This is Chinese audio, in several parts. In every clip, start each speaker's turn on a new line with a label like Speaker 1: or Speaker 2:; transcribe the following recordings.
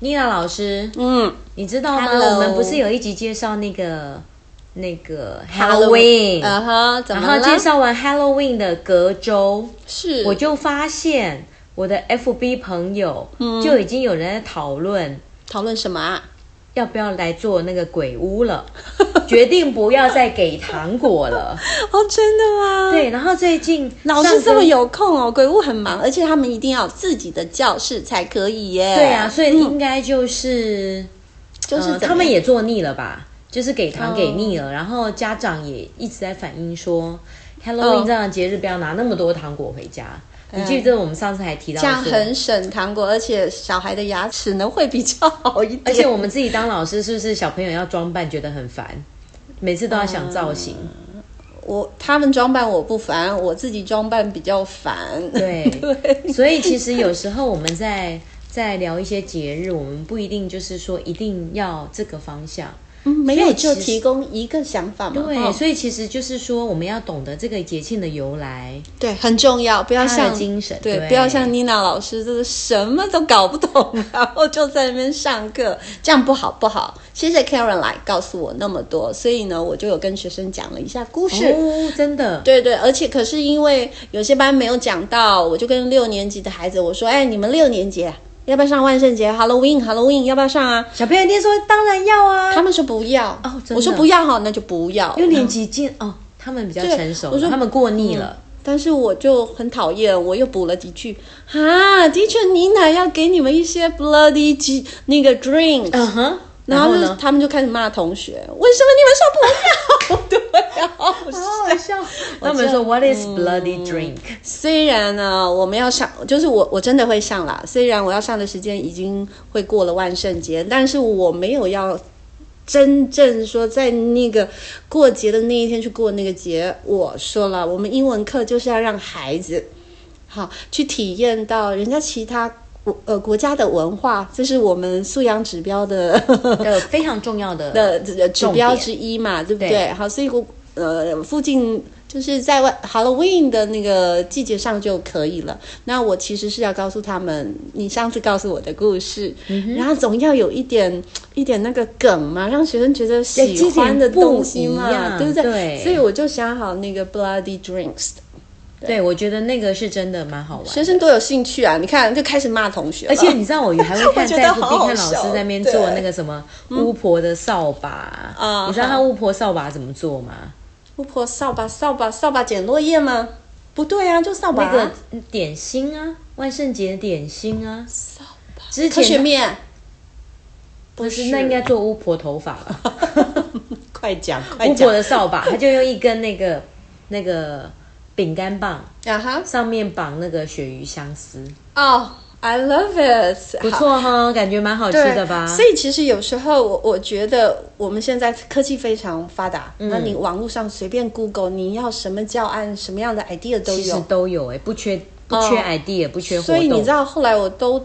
Speaker 1: 妮娜老师，
Speaker 2: 嗯，
Speaker 1: 你知道吗
Speaker 2: Hello
Speaker 1: 我们不是有一集介绍那个那个 Halloween，、
Speaker 2: Halloween 嗯哼，怎
Speaker 1: 然
Speaker 2: 么
Speaker 1: 后介
Speaker 2: 了？
Speaker 1: 绍完 Halloween 的隔周，
Speaker 2: 是，
Speaker 1: 我就发现我的 FB 朋友
Speaker 2: 嗯
Speaker 1: 就已经有人在讨论
Speaker 2: 讨论什么啊？
Speaker 1: 要不要来做那个鬼屋了，决定不要再给糖果了。
Speaker 2: 哦，真的吗？，
Speaker 1: 对，然后最近
Speaker 2: 老
Speaker 1: 上
Speaker 2: 师这
Speaker 1: 周
Speaker 2: 么有空哦，鬼屋很忙，而且他们一定要有自己的教室才可以耶。
Speaker 1: 对啊，所以
Speaker 2: 嗯
Speaker 1: 应该就是、
Speaker 2: 就
Speaker 1: 呃
Speaker 2: 是怎么
Speaker 1: 他们也做腻了吧，就是给糖
Speaker 2: 哦
Speaker 1: 给腻了，然后家长也一直在反映说，Halloween
Speaker 2: 哦
Speaker 1: 这样的节日不要拿那么多糖果回家。你
Speaker 2: 嗯
Speaker 1: 记不记得我们上次还提到
Speaker 2: 这样
Speaker 1: 说
Speaker 2: 很省糖果，而且小孩的牙齿呢会比较好一点。
Speaker 1: 而且我们自己当老师，是不是小朋友要装扮觉得很烦？每次都要想造型，
Speaker 2: 嗯我他们装扮我不烦，我自己装扮比较烦。
Speaker 1: 对
Speaker 2: 对，
Speaker 1: 所以其实有时候我们在在聊一些节日，我们不一定就是说一定要这个方向，
Speaker 2: 嗯没有
Speaker 1: 所以其
Speaker 2: 就
Speaker 1: 实
Speaker 2: 提供一个想法嘛。
Speaker 1: 对，
Speaker 2: 哦
Speaker 1: 所以其实就是说我们要懂得这个节庆的由来，
Speaker 2: 对，很重要，不要
Speaker 1: 他的
Speaker 2: 像
Speaker 1: 精神
Speaker 2: 对，
Speaker 1: 对
Speaker 2: 不要像妮娜老师，就是什么都搞不懂，然后就在那边上课，这样不好不好。谢谢 Karen 来告诉我那么多，所以呢，我就有跟学生讲了一下故事。
Speaker 1: 哦，真的，
Speaker 2: 对对，而且可是因为有些班没有讲到，我就跟六年级的孩子我说：“哎，你们六年级啊要不要上万圣节 Halloween Halloween 要不要上啊
Speaker 1: 小朋友一定说当然要？”啊，
Speaker 2: 他们说不要，
Speaker 1: 哦真的
Speaker 2: 我说不要哈，那就不要。
Speaker 1: 因为年纪近哦，他们比较
Speaker 2: 对
Speaker 1: 成熟
Speaker 2: 我
Speaker 1: 了，
Speaker 2: 说嗯
Speaker 1: 他们过腻了，
Speaker 2: 但是我就很讨厌，我又补了几句啊，的确，妮娜要给你们一些 bloody 鸡那个 drink，、
Speaker 1: 嗯哼，
Speaker 2: 然
Speaker 1: 然后
Speaker 2: 后就
Speaker 1: 呢？
Speaker 2: 他们就开始骂同学，为什么你们说不要？ 对啊，
Speaker 1: 好好笑，他们说 What is bloody drink？
Speaker 2: 虽然呢，我们要上，就是我我真的会上啦。虽然我要上的时间已经会过了万圣节，但是我没有要真正说在那个过节的那一天去过那个节。我说了，我们英文课就是要让孩子好去体验到人家其他国呃国家的文化，这是我们素养指标 的
Speaker 1: 的非常重要的
Speaker 2: 的这个指
Speaker 1: 重
Speaker 2: 标
Speaker 1: 点
Speaker 2: 之一嘛，对不对？
Speaker 1: 对
Speaker 2: 好，所以我呃附近就是在外 Halloween 的那个季节上就可以了。那我其实是要告诉他们你上次告诉我的故事，
Speaker 1: 嗯
Speaker 2: 然后总要有一点一点那个梗嘛，让学生觉得喜欢的东西
Speaker 1: 有一点不一
Speaker 2: 嘛，
Speaker 1: 样
Speaker 2: 对不对？
Speaker 1: 对
Speaker 2: 所以我就想好那个 Bloody Drinks。
Speaker 1: 对，我觉得那个是真的蛮好玩的。
Speaker 2: 学生多有兴趣啊！你看，就开始骂同学了，
Speaker 1: 而且你知道，我还会看
Speaker 2: 我觉
Speaker 1: 在
Speaker 2: 得
Speaker 1: FB
Speaker 2: 好好
Speaker 1: 看老师
Speaker 2: 笑
Speaker 1: 在那边
Speaker 2: 对
Speaker 1: 做那个什么巫婆的扫把
Speaker 2: 啊
Speaker 1: 你知道他
Speaker 2: 好
Speaker 1: 巫婆扫把怎么做吗？
Speaker 2: 巫婆扫把扫把扫把捡落叶吗？不对啊，就扫把、
Speaker 1: 那
Speaker 2: 啊、
Speaker 1: 个点心啊，万圣节点心啊，
Speaker 2: 扫把
Speaker 1: 之
Speaker 2: 科学
Speaker 1: 前
Speaker 2: 面。
Speaker 1: 不是那应 该做巫婆头发吧？
Speaker 2: 快讲，快
Speaker 1: 巫婆
Speaker 2: 讲！
Speaker 1: 的扫把，他就用一根那个那个饼干棒，
Speaker 2: 啊哈，
Speaker 1: 上面绑那个鳕鱼香丝，
Speaker 2: 哦、i love it，
Speaker 1: 不
Speaker 2: 好
Speaker 1: 错哈，感觉蛮好吃
Speaker 2: 对
Speaker 1: 的吧？
Speaker 2: 所以其实有时候我我觉得我们现在科技非常发达，
Speaker 1: 嗯
Speaker 2: 那你网络上随便 Google，你要什么教案、什么样的 idea 都
Speaker 1: 其实
Speaker 2: 有。
Speaker 1: 都有哎、不缺不缺
Speaker 2: 哦
Speaker 1: idea，、不缺活动。
Speaker 2: 所以你知道后来我都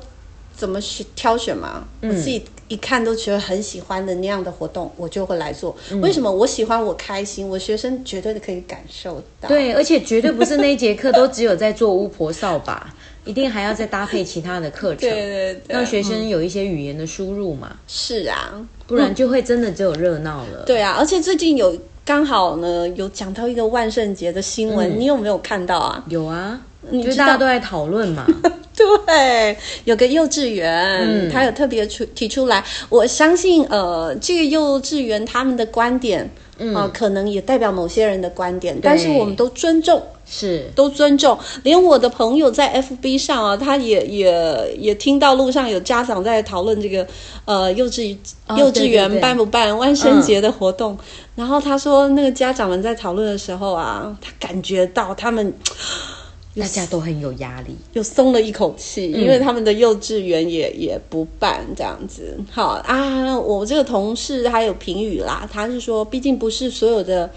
Speaker 2: 怎么选挑选吗？
Speaker 1: 嗯
Speaker 2: 我自己一看都觉得很喜欢的那样的活动，我就会来做。
Speaker 1: 嗯
Speaker 2: 为什么？我喜欢，我开心，我学生绝对的可以感受到。
Speaker 1: 对，而且绝对不是那一节课都只有在做巫婆扫把， 一定还要再搭配其他的课程，
Speaker 2: 对对对，
Speaker 1: 让学生有一些语言的输入嘛，
Speaker 2: 是啊，
Speaker 1: 不然就会真的只有热闹了。
Speaker 2: 对啊，而且最近有刚好呢，有讲到一个万圣节的新闻，你有没有看到啊？
Speaker 1: 有啊，
Speaker 2: 你
Speaker 1: 就
Speaker 2: 知
Speaker 1: 大家
Speaker 2: 道
Speaker 1: 都在讨论 嘛，
Speaker 2: 对，有个幼稚园，他有特别出提出来，我相信呃，这个幼稚园他们的观点，嗯、可能也代表某些人的观点，但是我们都尊重。
Speaker 1: 是
Speaker 2: 都尊重，连我的朋友在 FB 上啊，他也也也听到路上有家长在讨论这个，呃，幼稚、
Speaker 1: 哦
Speaker 2: 幼稚
Speaker 1: 对对
Speaker 2: 园
Speaker 1: 对嗯
Speaker 2: 办不办万圣节的活动。然后他说，那个家长们在讨论的时候啊，他感觉到他们
Speaker 1: 大家都很有压 力。
Speaker 2: 又松了一口气，因为他们的幼稚园也、也不办这样子。好啊，我这个同事还有评语啦，他是说，毕竟不是所有的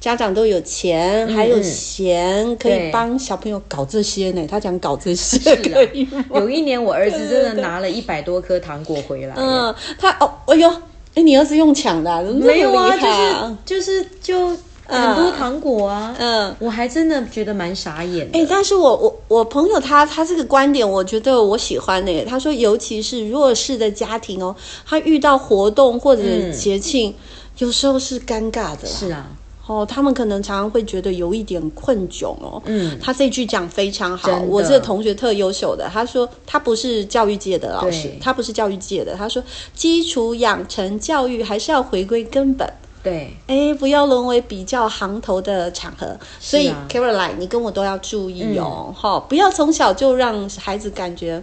Speaker 2: 家长都有钱，还有闲可以
Speaker 1: 对
Speaker 2: 帮小朋友搞这些呢。他讲搞这些
Speaker 1: 是啊
Speaker 2: 可以吗？
Speaker 1: 有一年我儿子真的拿了一百多颗糖果回来，
Speaker 2: 嗯，他哦，哎呦，哎，你儿子用抢的、啊，怎么这么
Speaker 1: 没有啊，
Speaker 2: 厉害啊
Speaker 1: 就是就是就很多糖果啊，
Speaker 2: 嗯，
Speaker 1: 我还真的觉得蛮傻眼的。
Speaker 2: 哎、但是我我我朋友他他这个观点，我觉得我喜欢呢、他说，尤其是弱势的家庭哦，他遇到活动或者节庆，有时候是尴尬的啦。
Speaker 1: 嗯是啊，
Speaker 2: 哦，他们可能常常会觉得有一点困窘哦。
Speaker 1: 嗯，
Speaker 2: 他这句讲非常好
Speaker 1: 真，的
Speaker 2: 我这个同学特优秀的。他说他不是教育界的老师
Speaker 1: 对，
Speaker 2: 他不是教育界的。他说基础养成教育还是要回归根本，
Speaker 1: 对，
Speaker 2: 哎，不要沦为比较行头的场合。所以
Speaker 1: 是啊嗯
Speaker 2: Caroline，你跟我都要注意哦，哈、不要从小就让孩子感觉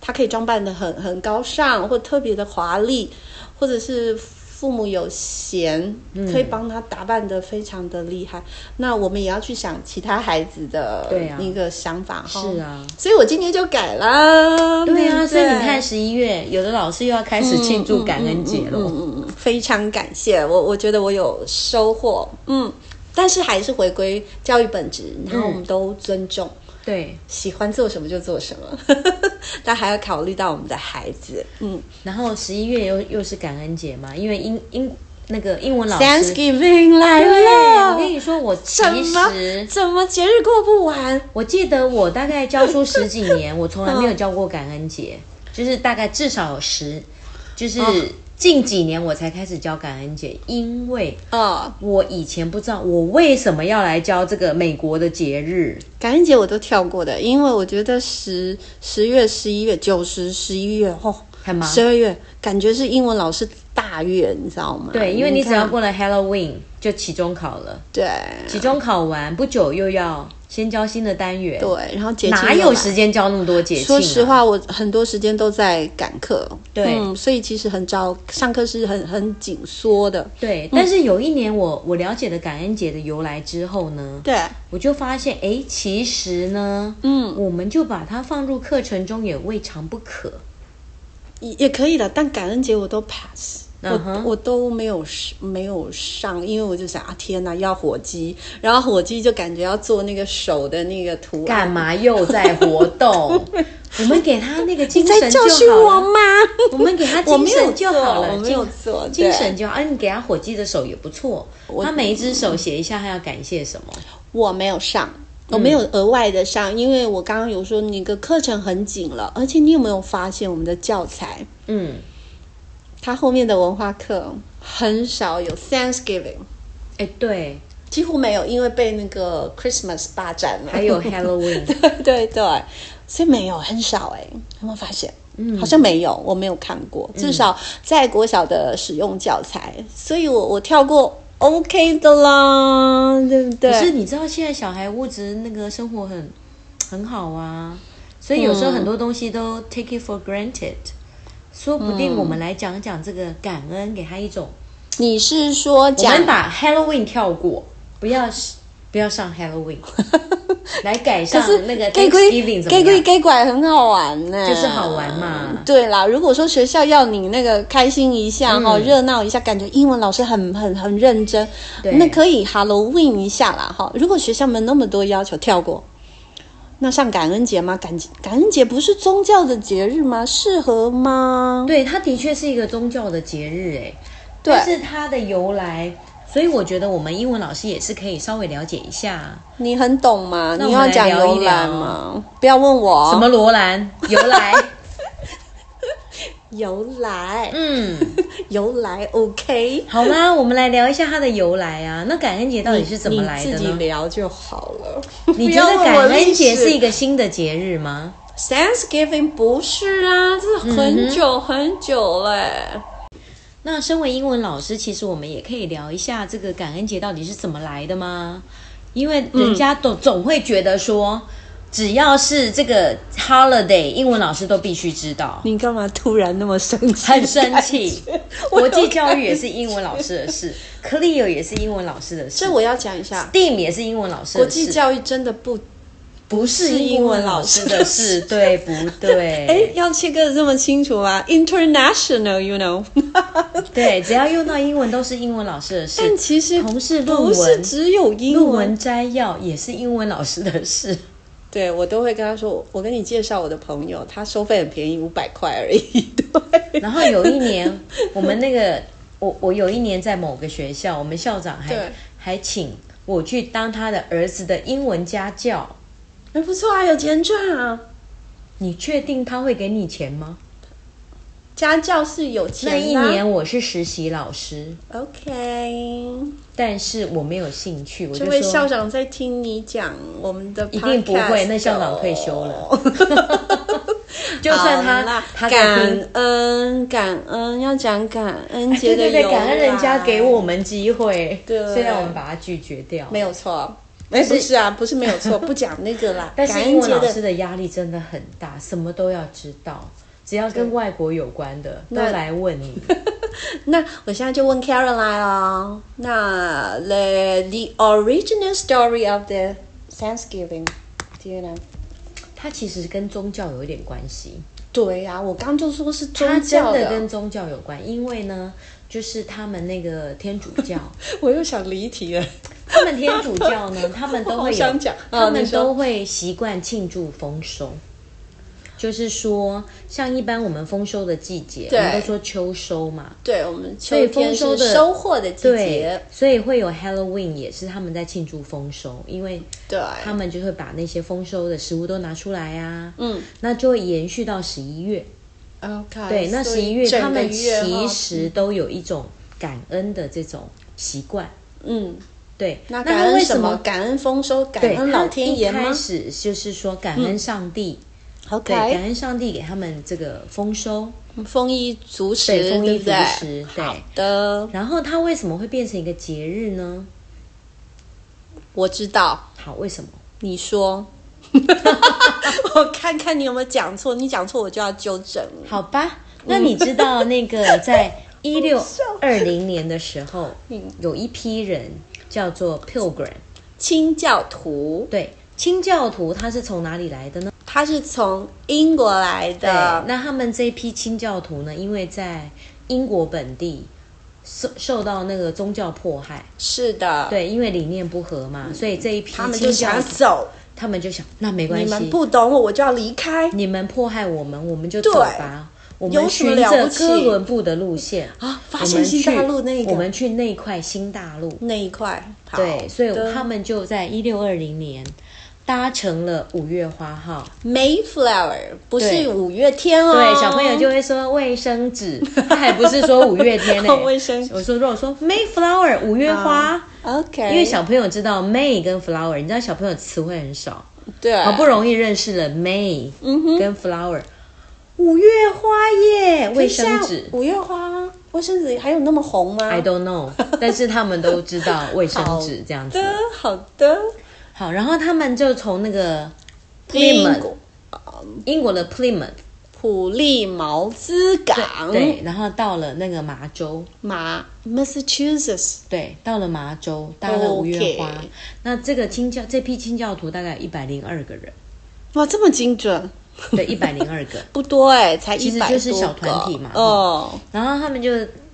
Speaker 2: 他可以装扮的很很高尚，或特别的华丽，或者是父母有闲，
Speaker 1: 嗯
Speaker 2: 可以帮他打扮的非常的厉害。那我们也要去想其他孩子的
Speaker 1: 对啊
Speaker 2: 一个想法哈。
Speaker 1: 是啊。
Speaker 2: 所以我今年就改啦。
Speaker 1: 对
Speaker 2: 不
Speaker 1: 啊，所以你看，十一月有的老师又要开始庆祝感恩节了。
Speaker 2: 嗯嗯嗯嗯，非常感谢我，我觉得我有收获，嗯，但是还是回归教育本质，然
Speaker 1: 嗯
Speaker 2: 后我们都尊重，
Speaker 1: 对，
Speaker 2: 喜欢做什么就做什么， 但还要考虑到我们的孩子，嗯
Speaker 1: 然后十一月又又是感恩节嘛，因为英英那个英文老师。
Speaker 2: ，Thanksgiving 来
Speaker 1: 对，我
Speaker 2: 了，
Speaker 1: 跟你说，我其
Speaker 2: 怎么
Speaker 1: 实
Speaker 2: 怎么节日过不完？
Speaker 1: 我记得我大概教书十几年，我从来没有教过感恩 节，就是大概至少有十，就是
Speaker 2: 哦
Speaker 1: 近几年我才开始教感恩节，因为
Speaker 2: 哦，
Speaker 1: 我以前不知道我为什么要来教这个美国的节日。
Speaker 2: 感恩节我都跳过的，因为我觉得十十月、十一月、九十、十一月，哦，
Speaker 1: 很忙
Speaker 2: 十二月感觉是英文老师大月，你知道吗？
Speaker 1: 对，因为你只要
Speaker 2: 看
Speaker 1: 过了 Halloween 就期中考了，
Speaker 2: 对
Speaker 1: 期中考完不久又要先教新的单元，
Speaker 2: 对，然后节庆
Speaker 1: 哪
Speaker 2: 又
Speaker 1: 有
Speaker 2: 来
Speaker 1: 时间教那么多节庆、啊？
Speaker 2: 说实，话，我很多时间都在赶课，
Speaker 1: 对
Speaker 2: 嗯，所以其实很早上课是很很紧缩的，
Speaker 1: 对。但是有一年我我了解了感恩节的由来之后呢，
Speaker 2: 对，
Speaker 1: 我就发现，哎，其实呢，
Speaker 2: 嗯，
Speaker 1: 我们就把它放入课程中也未尝不可。
Speaker 2: 也也可以的，但感恩节我都 pass。
Speaker 1: 嗯哼
Speaker 2: 我我都没有没有上，因为我就想啊，天哪，要火鸡，然后火鸡就感觉要做那个手的那个图案，
Speaker 1: 干嘛又在活 动？我们给他那个精
Speaker 2: 你在
Speaker 1: 神就
Speaker 2: 教训
Speaker 1: 好
Speaker 2: 我
Speaker 1: 了。
Speaker 2: 吗？
Speaker 1: 我们给他
Speaker 2: 我
Speaker 1: 精
Speaker 2: 没有
Speaker 1: 神就好
Speaker 2: 做
Speaker 1: 了，
Speaker 2: 我没有
Speaker 1: 精
Speaker 2: 做对
Speaker 1: 精神就好。啊，你给他火鸡的手也不错，
Speaker 2: 我
Speaker 1: 他每一只手写一下他要感谢什么。
Speaker 2: 我没有上，
Speaker 1: 嗯
Speaker 2: 我没有额外的上，因为我刚刚有说那个课程很紧了，而且你有没有发现我们的教材，
Speaker 1: 嗯，
Speaker 2: 它后面的文化课很少有 Thanksgiving，
Speaker 1: 哎，对，
Speaker 2: 几乎没有，因为被那个 Christmas 霸占了，
Speaker 1: 还 有 Halloween，
Speaker 2: 对对对，所以没有很少哎、有没有发现？嗯，好像没有，我没有看过，
Speaker 1: 嗯
Speaker 2: 至少在国小的使用教材，所以我我跳过 OK 的啦，对不对？
Speaker 1: 可是你知道现在小孩物质那个生活很很好啊，所以有时候很多东西都 take it for granted。说不定我们来讲讲这个感恩，给他一种。
Speaker 2: 你是说
Speaker 1: 我
Speaker 2: 讲
Speaker 1: 们把 Halloween 跳过，不要不要上 Halloween，来改上那个
Speaker 2: gay
Speaker 1: Thanksgiving 怎么
Speaker 2: gay
Speaker 1: 样
Speaker 2: gay？gay 拐很好玩呢、
Speaker 1: 就是好玩嘛
Speaker 2: 对啦，如果说学校要你那个开心一下哈、
Speaker 1: 嗯
Speaker 2: 热闹一下，感觉英文老师很很很认真，
Speaker 1: 对
Speaker 2: 那可以 Halloween 一下啦哈、如果学校没那么多要求，跳过。那像感恩节吗？感感恩节不是宗教的节日吗？适合吗？
Speaker 1: 对，它的确是一个宗教的节日，哎，
Speaker 2: 对
Speaker 1: 但是它的由来，所以我觉得我们英文老师也是可以稍微了解一下，
Speaker 2: 你很懂吗？
Speaker 1: 那我们
Speaker 2: 你要
Speaker 1: 来
Speaker 2: 讲
Speaker 1: 聊一
Speaker 2: 游览
Speaker 1: 聊
Speaker 2: 吗？不要问我
Speaker 1: 什么罗兰由来，
Speaker 2: 由来，
Speaker 1: 嗯，
Speaker 2: 由来 OK。
Speaker 1: 好啦，我们来聊一下它的由来啊。那感恩节到底是怎么来
Speaker 2: 你
Speaker 1: 的
Speaker 2: 自己
Speaker 1: 呢？
Speaker 2: 聊就好了。
Speaker 1: 你
Speaker 2: 不
Speaker 1: 觉
Speaker 2: 要
Speaker 1: 得
Speaker 2: 问
Speaker 1: 感
Speaker 2: 我
Speaker 1: 恩
Speaker 2: 历
Speaker 1: 节
Speaker 2: 史
Speaker 1: 是一个新的节日吗？
Speaker 2: Thanksgiving 不是啊，这是很久、很久嘞。
Speaker 1: 那身为英文老师，其实我们也可以聊一下这个感恩节到底是怎么来的吗？因为人家总、总会觉得说，只要是这个 holiday，英文老师都必须知 道。
Speaker 2: 你干嘛突然那么生气？，
Speaker 1: 很生气国际教育也是英文老师的事，Clio 也是英文老师的事
Speaker 2: 这我要讲一下，
Speaker 1: ，Steam 也是英文老师
Speaker 2: 国
Speaker 1: 的
Speaker 2: 际
Speaker 1: 事，
Speaker 2: 教育真的不
Speaker 1: 不是英文老师的事， 对不
Speaker 2: 哎
Speaker 1: 对？，。
Speaker 2: 要切割的这么清楚吗？International，you know
Speaker 1: 对，只要用到英文都是英文老师的事。
Speaker 2: 但其实
Speaker 1: 同事论
Speaker 2: 不是
Speaker 1: 文、
Speaker 2: 只有英
Speaker 1: 论
Speaker 2: 文
Speaker 1: 文。摘要也是英文老师的事。
Speaker 2: 对我都会跟他说，我跟你介绍我的朋友，他收费很便宜，五百块而已。 对，
Speaker 1: 然后有一年，我们那个我我有一年在某个学校，我们校长还
Speaker 2: 对
Speaker 1: 还请我去当他的儿子的英文家教。
Speaker 2: 哎，不错啊，有钱赚啊。
Speaker 1: 你确定他会给你钱吗？
Speaker 2: 家教是有钱、
Speaker 1: 那
Speaker 2: 啊。
Speaker 1: 一年我是实习老师，
Speaker 2: ，OK。
Speaker 1: 但是我没有兴趣，我
Speaker 2: 这
Speaker 1: 就
Speaker 2: 位
Speaker 1: 说
Speaker 2: 校长在听你讲我们的 podcast 哦，
Speaker 1: 一定不会那校长退休了 就算
Speaker 2: 好
Speaker 1: 他
Speaker 2: 啦
Speaker 1: 他在听
Speaker 2: 感恩感恩，要讲感恩
Speaker 1: 对
Speaker 2: 节的
Speaker 1: 对对，
Speaker 2: 由
Speaker 1: 感恩人家
Speaker 2: 来
Speaker 1: 给我们机会，
Speaker 2: 对
Speaker 1: 虽然我们把它拒绝掉，
Speaker 2: 没有错。哎，不是啊，不是没有错，不讲那个 啦。
Speaker 1: 但是
Speaker 2: 感
Speaker 1: 英
Speaker 2: 恩
Speaker 1: 文
Speaker 2: 节
Speaker 1: 老师
Speaker 2: 的
Speaker 1: 的压力真的很大，什么都要知道，只要跟外国有关的都
Speaker 2: 那
Speaker 1: 来问 你。
Speaker 2: 那我现在就问 Caroline 了。那 the the original story of the Thanksgiving，do you know？
Speaker 1: 它其实跟宗教有一点关系，
Speaker 2: 对呀、啊，我刚就说是
Speaker 1: 它
Speaker 2: 宗
Speaker 1: 真
Speaker 2: 教
Speaker 1: 的跟宗教有关，因为呢，就是他们那个天主 教，
Speaker 2: 我又想离题了。
Speaker 1: 他们天主教 呢，他们都
Speaker 2: 我好
Speaker 1: 会有
Speaker 2: 想讲，
Speaker 1: 他
Speaker 2: 嗯
Speaker 1: 们
Speaker 2: 你说
Speaker 1: 都会习惯庆祝丰收。就是说，像一般我们丰收的季节，我
Speaker 2: 对
Speaker 1: 们都说秋收嘛，
Speaker 2: 对我们
Speaker 1: 以
Speaker 2: 秋天
Speaker 1: 丰收
Speaker 2: 是
Speaker 1: 的
Speaker 2: 收获的季
Speaker 1: 对
Speaker 2: 节，，
Speaker 1: 所以会有 Halloween，也是他们在庆祝丰收，因为
Speaker 2: 对，
Speaker 1: 他们就会把那些丰收的食物都拿出来啊，
Speaker 2: 嗯
Speaker 1: 那就会延续到十一月。嗯
Speaker 2: ，OK，
Speaker 1: 对，那
Speaker 2: 所
Speaker 1: 十
Speaker 2: 以
Speaker 1: 一月
Speaker 2: 整
Speaker 1: 他
Speaker 2: 个
Speaker 1: 们
Speaker 2: 月哈
Speaker 1: 其实都有一种感恩的这种习惯。
Speaker 2: 嗯，
Speaker 1: 对，
Speaker 2: 那
Speaker 1: 他
Speaker 2: 感恩
Speaker 1: 为
Speaker 2: 什
Speaker 1: 什
Speaker 2: 么？？感恩丰收，感
Speaker 1: 对，
Speaker 2: 恩老
Speaker 1: 他
Speaker 2: 天
Speaker 1: 一
Speaker 2: 爷
Speaker 1: 开
Speaker 2: 吗嗯
Speaker 1: 始就是说感恩上帝，对，感
Speaker 2: ？OK，
Speaker 1: 恩上帝给他们这个丰收。
Speaker 2: 丰衣足食，
Speaker 1: 对丰衣
Speaker 2: 对不对
Speaker 1: 足食对
Speaker 2: 好的，
Speaker 1: 然后它为什么会变成一个节日呢？
Speaker 2: 我知道，
Speaker 1: 好，为什么？
Speaker 2: 你说。 我看看你有没有讲错，你讲错我就要纠正了。
Speaker 1: 好吧，那你知道那 个在一六二零年的时候
Speaker 2: 嗯，
Speaker 1: 有一批人叫做 Pilgrim，
Speaker 2: 清教徒
Speaker 1: 对，清教徒他是从哪里来的呢？
Speaker 2: 他是从英国来
Speaker 1: 对，
Speaker 2: 的，
Speaker 1: 那他们这一批清教徒呢，因为在英国本地受受到那个宗教迫害，
Speaker 2: 是的，
Speaker 1: 对，因为理念不合嘛，所以这一批
Speaker 2: 啊嗯他们就
Speaker 1: 清教
Speaker 2: 想要
Speaker 1: 徒
Speaker 2: 走，
Speaker 1: 他们就想，那没关
Speaker 2: 你
Speaker 1: 系，
Speaker 2: 们不懂我，我就要离开
Speaker 1: 你们迫害我们，我们就走吧。我
Speaker 2: 有
Speaker 1: 们
Speaker 2: 什么
Speaker 1: 循
Speaker 2: 了不
Speaker 1: 着
Speaker 2: 起
Speaker 1: 哥伦布的路线
Speaker 2: 啊！
Speaker 1: 我
Speaker 2: 发
Speaker 1: 们
Speaker 2: 现新大陆
Speaker 1: 去
Speaker 2: 那个
Speaker 1: 我们去那块新大陆。
Speaker 2: 那一块，好
Speaker 1: 对，所以
Speaker 2: 的
Speaker 1: 他们就在一六二零年搭乘了五月花号。
Speaker 2: Mayflower 不
Speaker 1: 对
Speaker 2: 是五月天哦，
Speaker 1: 对，小朋友就会说卫生纸，他还不是说五月天呢、
Speaker 2: 哦 卫生纸啊
Speaker 1: 我说如果说 Mayflower 五月花，
Speaker 2: OK，
Speaker 1: 因为小朋友知道 May 跟 flower，你知道小朋友词汇很少，
Speaker 2: 对，
Speaker 1: 好不容易认识了 May
Speaker 2: 嗯哼
Speaker 1: 跟 flower，五月花耶，卫生
Speaker 2: 可是
Speaker 1: 纸
Speaker 2: 像五月花卫生纸还有那么红吗？
Speaker 1: I don't know，但是他们都知道卫生纸这样子
Speaker 2: 好。的，好的，
Speaker 1: 好，然后他们就从那个 Plymouth 英国的 Plymouth
Speaker 2: 普利茅兹港，
Speaker 1: 对，然后到了那个麻州，
Speaker 2: 马 Massachusetts，
Speaker 1: 对，到了麻州搭了五月花。
Speaker 2: OK
Speaker 1: 那这个清教这批清教徒大概一百零二个人，
Speaker 2: 哇，这么精准，
Speaker 1: 对，一百零二个。
Speaker 2: 不多哎，才
Speaker 1: 其实
Speaker 2: 100
Speaker 1: 就是
Speaker 2: 多
Speaker 1: 小
Speaker 2: 个
Speaker 1: 团体嘛
Speaker 2: 哦，
Speaker 1: 然后他们就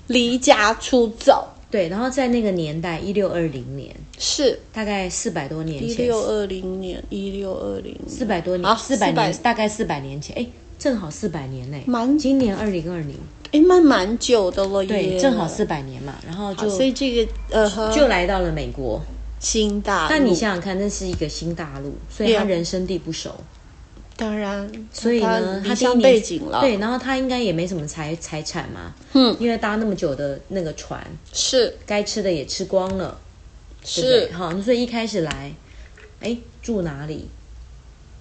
Speaker 2: 离家出走
Speaker 1: 对，然后在那个年代，一六二零年，
Speaker 2: 是
Speaker 1: 大概四百多年
Speaker 2: 一
Speaker 1: 前，
Speaker 2: 六二零年，一六二零
Speaker 1: 四百多
Speaker 2: 啊
Speaker 1: 年，四百
Speaker 2: 400
Speaker 1: 年，大概四百年前，哎，正好四百年嘞，
Speaker 2: 蛮
Speaker 1: 今年二零二零，
Speaker 2: 哎，那蛮久的了耶，
Speaker 1: 对，正好四百年嘛，然后
Speaker 2: 好，
Speaker 1: 就
Speaker 2: 所以这个呃呵
Speaker 1: 就来到了美国。
Speaker 2: 新大陆，
Speaker 1: 但你想想看，那是一个新大陆，所以他
Speaker 2: Yeah
Speaker 1: 人生地不熟，
Speaker 2: 当然，
Speaker 1: 所以呢，他第一
Speaker 2: 他离乡
Speaker 1: 年
Speaker 2: 背景了，，
Speaker 1: 对，然后他应该也没什么财财产嘛，
Speaker 2: 嗯，
Speaker 1: 因为搭那么久的那个船，
Speaker 2: 是
Speaker 1: 该吃的也吃光了，对不对
Speaker 2: 是，
Speaker 1: 好，所以一开始来，哎，住哪里？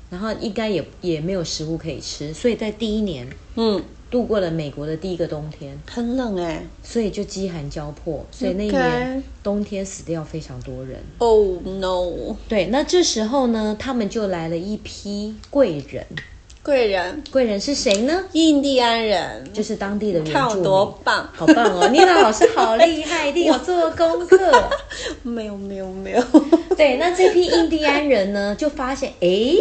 Speaker 1: 然后应该也也没有食物可以吃，所以在第一年
Speaker 2: 嗯，
Speaker 1: 度过了美国的第一个冬天，
Speaker 2: 很冷哎，
Speaker 1: 所以就饥寒交迫，所以那一
Speaker 2: OK
Speaker 1: 年冬天死掉非常多人。
Speaker 2: Oh no！
Speaker 1: 对，那这时候呢，他们就来了一批贵人，
Speaker 2: 贵人，
Speaker 1: 贵人是谁呢？
Speaker 2: 印第安人，
Speaker 1: 就是当地的原
Speaker 2: 看
Speaker 1: 住
Speaker 2: 我
Speaker 1: 民。
Speaker 2: 多棒！
Speaker 1: 好棒哦，妮娜老师好厉害，一定有做功 课。
Speaker 2: 没有没有没 有，
Speaker 1: 对，那这批印第安人呢，就发现，诶，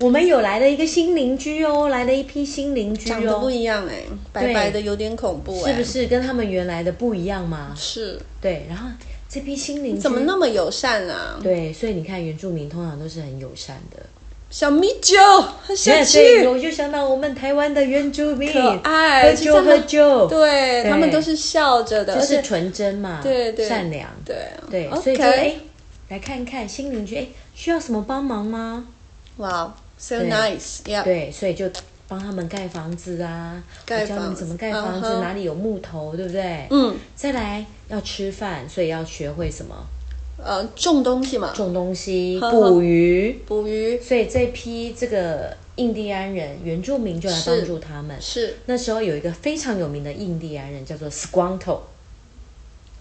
Speaker 1: 我们有来了一个新邻居哦，来了一批新邻居
Speaker 2: 长得不
Speaker 1: 哦，
Speaker 2: 一样哎，白白的有点恐怖
Speaker 1: 是
Speaker 2: 哎，
Speaker 1: 不？是跟他们原来的不一样嘛？
Speaker 2: 是，
Speaker 1: 对，然后这批新邻居
Speaker 2: 怎么那么友善啊？
Speaker 1: 对，所以你看，原住民通常都是很友善的，
Speaker 2: 小米酒，很
Speaker 1: 对
Speaker 2: 生
Speaker 1: 所以
Speaker 2: 气，
Speaker 1: 我就想到我们台湾的原住民，
Speaker 2: 可爱，
Speaker 1: 喝
Speaker 2: 就
Speaker 1: 酒
Speaker 2: 是他
Speaker 1: 喝
Speaker 2: 们，
Speaker 1: 酒，
Speaker 2: 对
Speaker 1: 对
Speaker 2: 他们都是笑着的，
Speaker 1: 就
Speaker 2: 而
Speaker 1: 是
Speaker 2: 且
Speaker 1: 纯真嘛，
Speaker 2: 对对
Speaker 1: 善良，
Speaker 2: 对啊
Speaker 1: 对，所以就哎
Speaker 2: ，OK，，
Speaker 1: 来看看心灵觉，哎，需要什么帮忙吗？
Speaker 2: 哇、wow,，so nice，yeah，
Speaker 1: 对，所以就帮他们盖房子啊，
Speaker 2: 盖
Speaker 1: 我教他
Speaker 2: 房
Speaker 1: 们
Speaker 2: 子
Speaker 1: 怎么盖房子
Speaker 2: 嗯哼
Speaker 1: 哪里有木头，对不对？
Speaker 2: 嗯，
Speaker 1: 再来要吃饭，所以要学会什么
Speaker 2: 呃，种东西嘛，
Speaker 1: 种东西、
Speaker 2: 呵呵
Speaker 1: 捕鱼，
Speaker 2: 捕鱼
Speaker 1: 所以这批这个印第安人原住民就来
Speaker 2: 是
Speaker 1: 帮助他们。
Speaker 2: 是
Speaker 1: 那时候有一个非常有名的印第安人叫做 Squanto，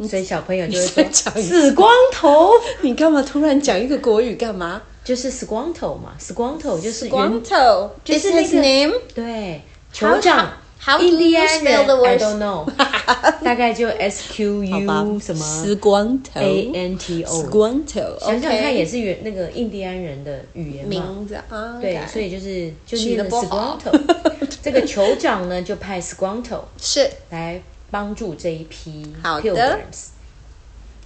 Speaker 1: 所以小朋友就会
Speaker 2: 嗯你再讲
Speaker 1: 说
Speaker 2: 一次
Speaker 1: 死光头，
Speaker 2: 你干嘛突然讲一个国语干嘛
Speaker 1: 就是 Squanto 嘛，Squanto 就是原
Speaker 2: ？Squanto，
Speaker 1: 就
Speaker 2: this
Speaker 1: 是
Speaker 2: is
Speaker 1: 那个
Speaker 2: name。
Speaker 1: 对酋长。
Speaker 2: How do
Speaker 1: 印第
Speaker 2: you
Speaker 1: 安
Speaker 2: spell
Speaker 1: 人
Speaker 2: the
Speaker 1: I
Speaker 2: word？
Speaker 1: don't know，大 概就 S Q
Speaker 2: 好吧
Speaker 1: U 什么
Speaker 2: 死光头
Speaker 1: A N T O，
Speaker 2: ，Squanto，
Speaker 1: 想想看也
Speaker 2: 是
Speaker 1: 是原那个印第安人的语言嘛。
Speaker 2: 名字啊，
Speaker 1: 对，
Speaker 2: OK
Speaker 1: 所以就是就
Speaker 2: 取
Speaker 1: 念
Speaker 2: 得
Speaker 1: 了
Speaker 2: 不好
Speaker 1: Squanto，这个酋长呢就派 Squanto
Speaker 2: 是，
Speaker 1: 来帮助这一批
Speaker 2: 好的
Speaker 1: pilgrims，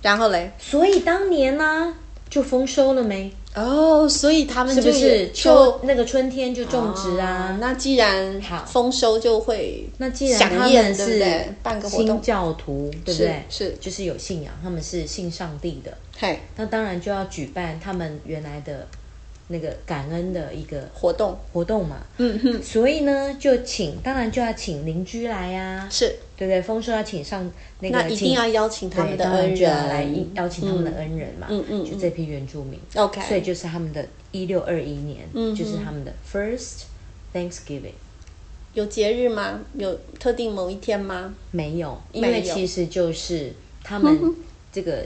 Speaker 2: 然后嘞，
Speaker 1: 所以当年呢、就丰收了没？
Speaker 2: 哦，所以他们
Speaker 1: 是不
Speaker 2: 就是
Speaker 1: 秋
Speaker 2: 就
Speaker 1: 那个春天就种植啊？
Speaker 2: 那既然
Speaker 1: 好
Speaker 2: 丰收就会
Speaker 1: 那既然他
Speaker 2: 响
Speaker 1: 们
Speaker 2: 宴，对不
Speaker 1: 是
Speaker 2: 对？办个活
Speaker 1: 新
Speaker 2: 动，
Speaker 1: 教徒，对不对？
Speaker 2: 是是
Speaker 1: 就是有信仰，他们是信上帝的，
Speaker 2: 嘿，
Speaker 1: 那当然就要举办他们原来的那个感恩的一个
Speaker 2: 活动，
Speaker 1: 活动嘛。
Speaker 2: 嗯哼，
Speaker 1: 所以呢，就请，当然就要请邻居来啊，
Speaker 2: 是，
Speaker 1: 对不对？丰收要请上那个，
Speaker 2: 那一定
Speaker 1: 请
Speaker 2: 要邀请他们
Speaker 1: 对
Speaker 2: 的
Speaker 1: 当然
Speaker 2: 恩
Speaker 1: 就要来
Speaker 2: 人
Speaker 1: 邀请他们的恩人嘛，
Speaker 2: 嗯嗯嗯
Speaker 1: 就这批原住民，
Speaker 2: ，OK，
Speaker 1: 所以就是他们的一六二一年，
Speaker 2: 嗯哼
Speaker 1: 就是他们的 first Thanksgiving。
Speaker 2: 有节日吗？有特定某一天吗？
Speaker 1: 没有，因
Speaker 2: 没
Speaker 1: 为
Speaker 2: 有嗯
Speaker 1: 其实就是他们这个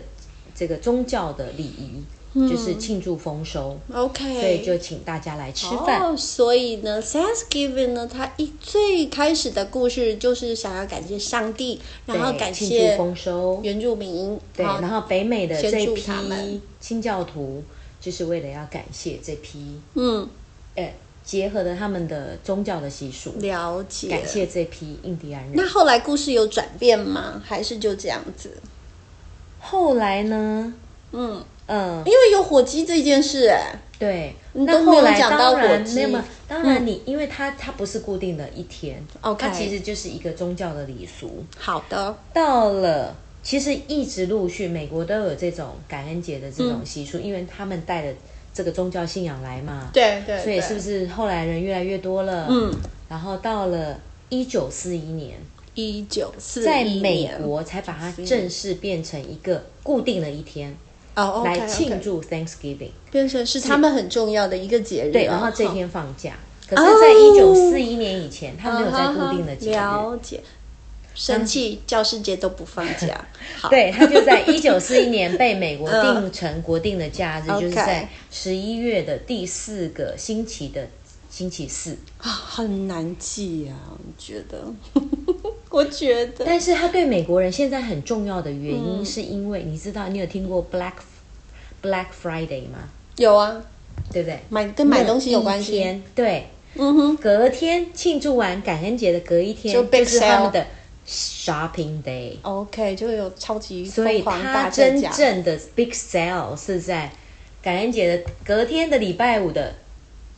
Speaker 1: 这个宗教的礼仪，
Speaker 2: 嗯
Speaker 1: 就是庆祝丰收，
Speaker 2: OK，
Speaker 1: 所以就请大家来吃饭。
Speaker 2: 哦，所以呢，Thanksgiving 呢，它一最开始的故事就是想要感谢上帝，
Speaker 1: 对
Speaker 2: 然后感
Speaker 1: 庆祝
Speaker 2: 谢
Speaker 1: 丰收，
Speaker 2: 原住民，
Speaker 1: 对，
Speaker 2: 好
Speaker 1: 然后北美的
Speaker 2: 先
Speaker 1: 这
Speaker 2: 祝
Speaker 1: 批
Speaker 2: 他们
Speaker 1: 清教徒，就是为了要感谢这批，
Speaker 2: 嗯，
Speaker 1: 呃，结合了他们的宗教的习俗，
Speaker 2: 了解。
Speaker 1: 感谢这批印第安人。
Speaker 2: 那后来故事有转变吗？还是就这样子？
Speaker 1: 后来呢？
Speaker 2: 嗯，
Speaker 1: 嗯，
Speaker 2: 因为有火鸡这件事、哎，
Speaker 1: 对，
Speaker 2: 你
Speaker 1: 那
Speaker 2: 都没有
Speaker 1: 后来
Speaker 2: 讲到
Speaker 1: 当然
Speaker 2: 火鸡
Speaker 1: 没有没有，当然你、因为它它不是固定的一天
Speaker 2: OK
Speaker 1: 它其实就是一个宗教的礼俗。
Speaker 2: 好的，
Speaker 1: 到了其实一直陆续美国都有这种感恩节的这
Speaker 2: 嗯
Speaker 1: 种习俗，因为他们带了这个宗教信仰来嘛，
Speaker 2: 对对
Speaker 1: 所以是不
Speaker 2: 是？
Speaker 1: 是后来人越来越多了？
Speaker 2: 嗯，
Speaker 1: 然后到了一九四一年，
Speaker 2: 一九四
Speaker 1: 在
Speaker 2: 一
Speaker 1: 美
Speaker 2: 年，
Speaker 1: 国才把它正式变成一个固定的一天
Speaker 2: 哦，OK，
Speaker 1: 来庆祝 Thanksgiving。
Speaker 2: 变成是他们很重要的一个节日啊，
Speaker 1: 对，然后这
Speaker 2: 好哦
Speaker 1: 天放假。可是，在一九四一年以前，他没有在固定的节日。
Speaker 2: 啊哈哈了解，生气教师节都不放 假。好，
Speaker 1: 对，他就在一九四一年被美国定成国定的假日，
Speaker 2: 嗯
Speaker 1: 就是
Speaker 2: OK
Speaker 1: 在十一月的第四个星期的星期四。
Speaker 2: 啊，很难记啊，我觉得， 我觉得
Speaker 1: 但是，他对美国人现在很重要的原因，
Speaker 2: 嗯
Speaker 1: 是因为你知道，你有听过 Black Black Friday 吗？
Speaker 2: 有啊，
Speaker 1: 对不对？
Speaker 2: 买跟买东西有关
Speaker 1: 那一
Speaker 2: 系。
Speaker 1: 天。对，
Speaker 2: 嗯哼，
Speaker 1: 隔天庆祝完感恩节的隔一天，
Speaker 2: 就 big
Speaker 1: 就是他
Speaker 2: sale
Speaker 1: 们的 Shopping Day。
Speaker 2: OK，就有超级
Speaker 1: 所以
Speaker 2: 疯狂
Speaker 1: 它
Speaker 2: 大
Speaker 1: 真
Speaker 2: 折价。
Speaker 1: 正的 big sale 是在感恩节的隔天的礼拜五的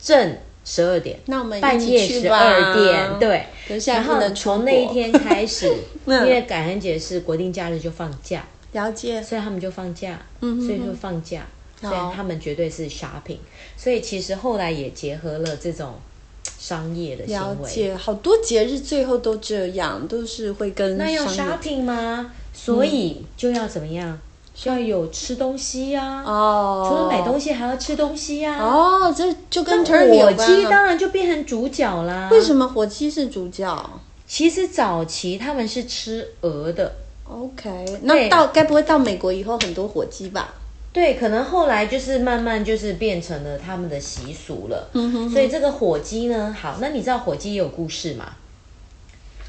Speaker 1: 正十二点，
Speaker 2: 那我们
Speaker 1: 半
Speaker 2: 一
Speaker 1: 夜
Speaker 2: 起去
Speaker 1: 十
Speaker 2: 吧。
Speaker 1: 二点，，对。
Speaker 2: 等下
Speaker 1: 然
Speaker 2: 不
Speaker 1: 后
Speaker 2: 能出
Speaker 1: 从
Speaker 2: 国
Speaker 1: 那一天开始，因
Speaker 2: 嗯
Speaker 1: 为感恩节是国定假日就放假，
Speaker 2: 了解。
Speaker 1: 所以他们就放假，
Speaker 2: 嗯哼嗯
Speaker 1: 所以就放假，所
Speaker 2: 好
Speaker 1: 以他们绝对是 shopping，所以其实后来也结合了这种商业的
Speaker 2: 了
Speaker 1: 行为。
Speaker 2: 解，好多节日最后都这样，都是会跟
Speaker 1: 那要
Speaker 2: 商业嗯
Speaker 1: shopping 吗？所以就要怎么样？就要有吃东西啊呀、
Speaker 2: 哦，
Speaker 1: 除了买东西还要吃东西呀、啊。
Speaker 2: 哦，这就跟 turkey
Speaker 1: 火
Speaker 2: 有关
Speaker 1: 鸡
Speaker 2: 了。
Speaker 1: 当然就变成主角啦。
Speaker 2: 为什？么火鸡是主角
Speaker 1: 其实早期他们是吃鹅的，
Speaker 2: ？OK，那到该不会到美国以后很多火鸡吧？
Speaker 1: 对，可能后来就是慢慢就是变成了他们的习俗了。
Speaker 2: 嗯哼
Speaker 1: 所以这个火鸡呢，好，那你知道火鸡也有故事吗？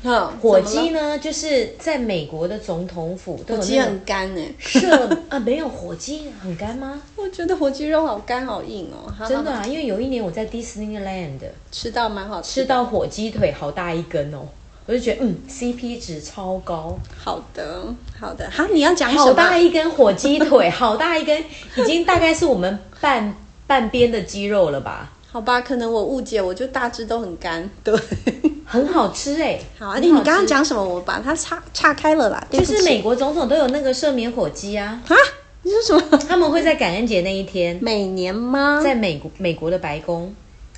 Speaker 2: 哼，
Speaker 1: 火鸡
Speaker 2: 呢？
Speaker 1: 呢，就是在美国的总统府都
Speaker 2: 火
Speaker 1: 有
Speaker 2: 鸡
Speaker 1: 那种
Speaker 2: 很干哎、
Speaker 1: 社 啊，没有火鸡很干吗？
Speaker 2: 我觉得火鸡肉好干好硬哦，哈哈
Speaker 1: 真的啊，因为有一年我在 Disneyland
Speaker 2: 吃到蛮好吃
Speaker 1: 吃
Speaker 2: 的。
Speaker 1: 到火鸡腿，好大一根哦，我就觉得嗯，CP 值超高。
Speaker 2: 好的，好的，哈，你要讲什么？
Speaker 1: 好大一根火鸡腿，好大一根，已经大概是我们半半边的鸡肉了吧，
Speaker 2: 好吧，可能我误解，我就大致都很干。对，
Speaker 1: 很好吃哎、
Speaker 2: 好，哎，
Speaker 1: 很
Speaker 2: 你
Speaker 1: 好
Speaker 2: 刚
Speaker 1: 吃
Speaker 2: 刚讲什么？我把它岔岔开了啦，对
Speaker 1: 就
Speaker 2: 不起
Speaker 1: 是美国总统都有那个赦免火鸡啊，
Speaker 2: 啊，你说 什么？
Speaker 1: 他们会在感恩节那一天，
Speaker 2: 每年吗？
Speaker 1: 在美国美国的白宫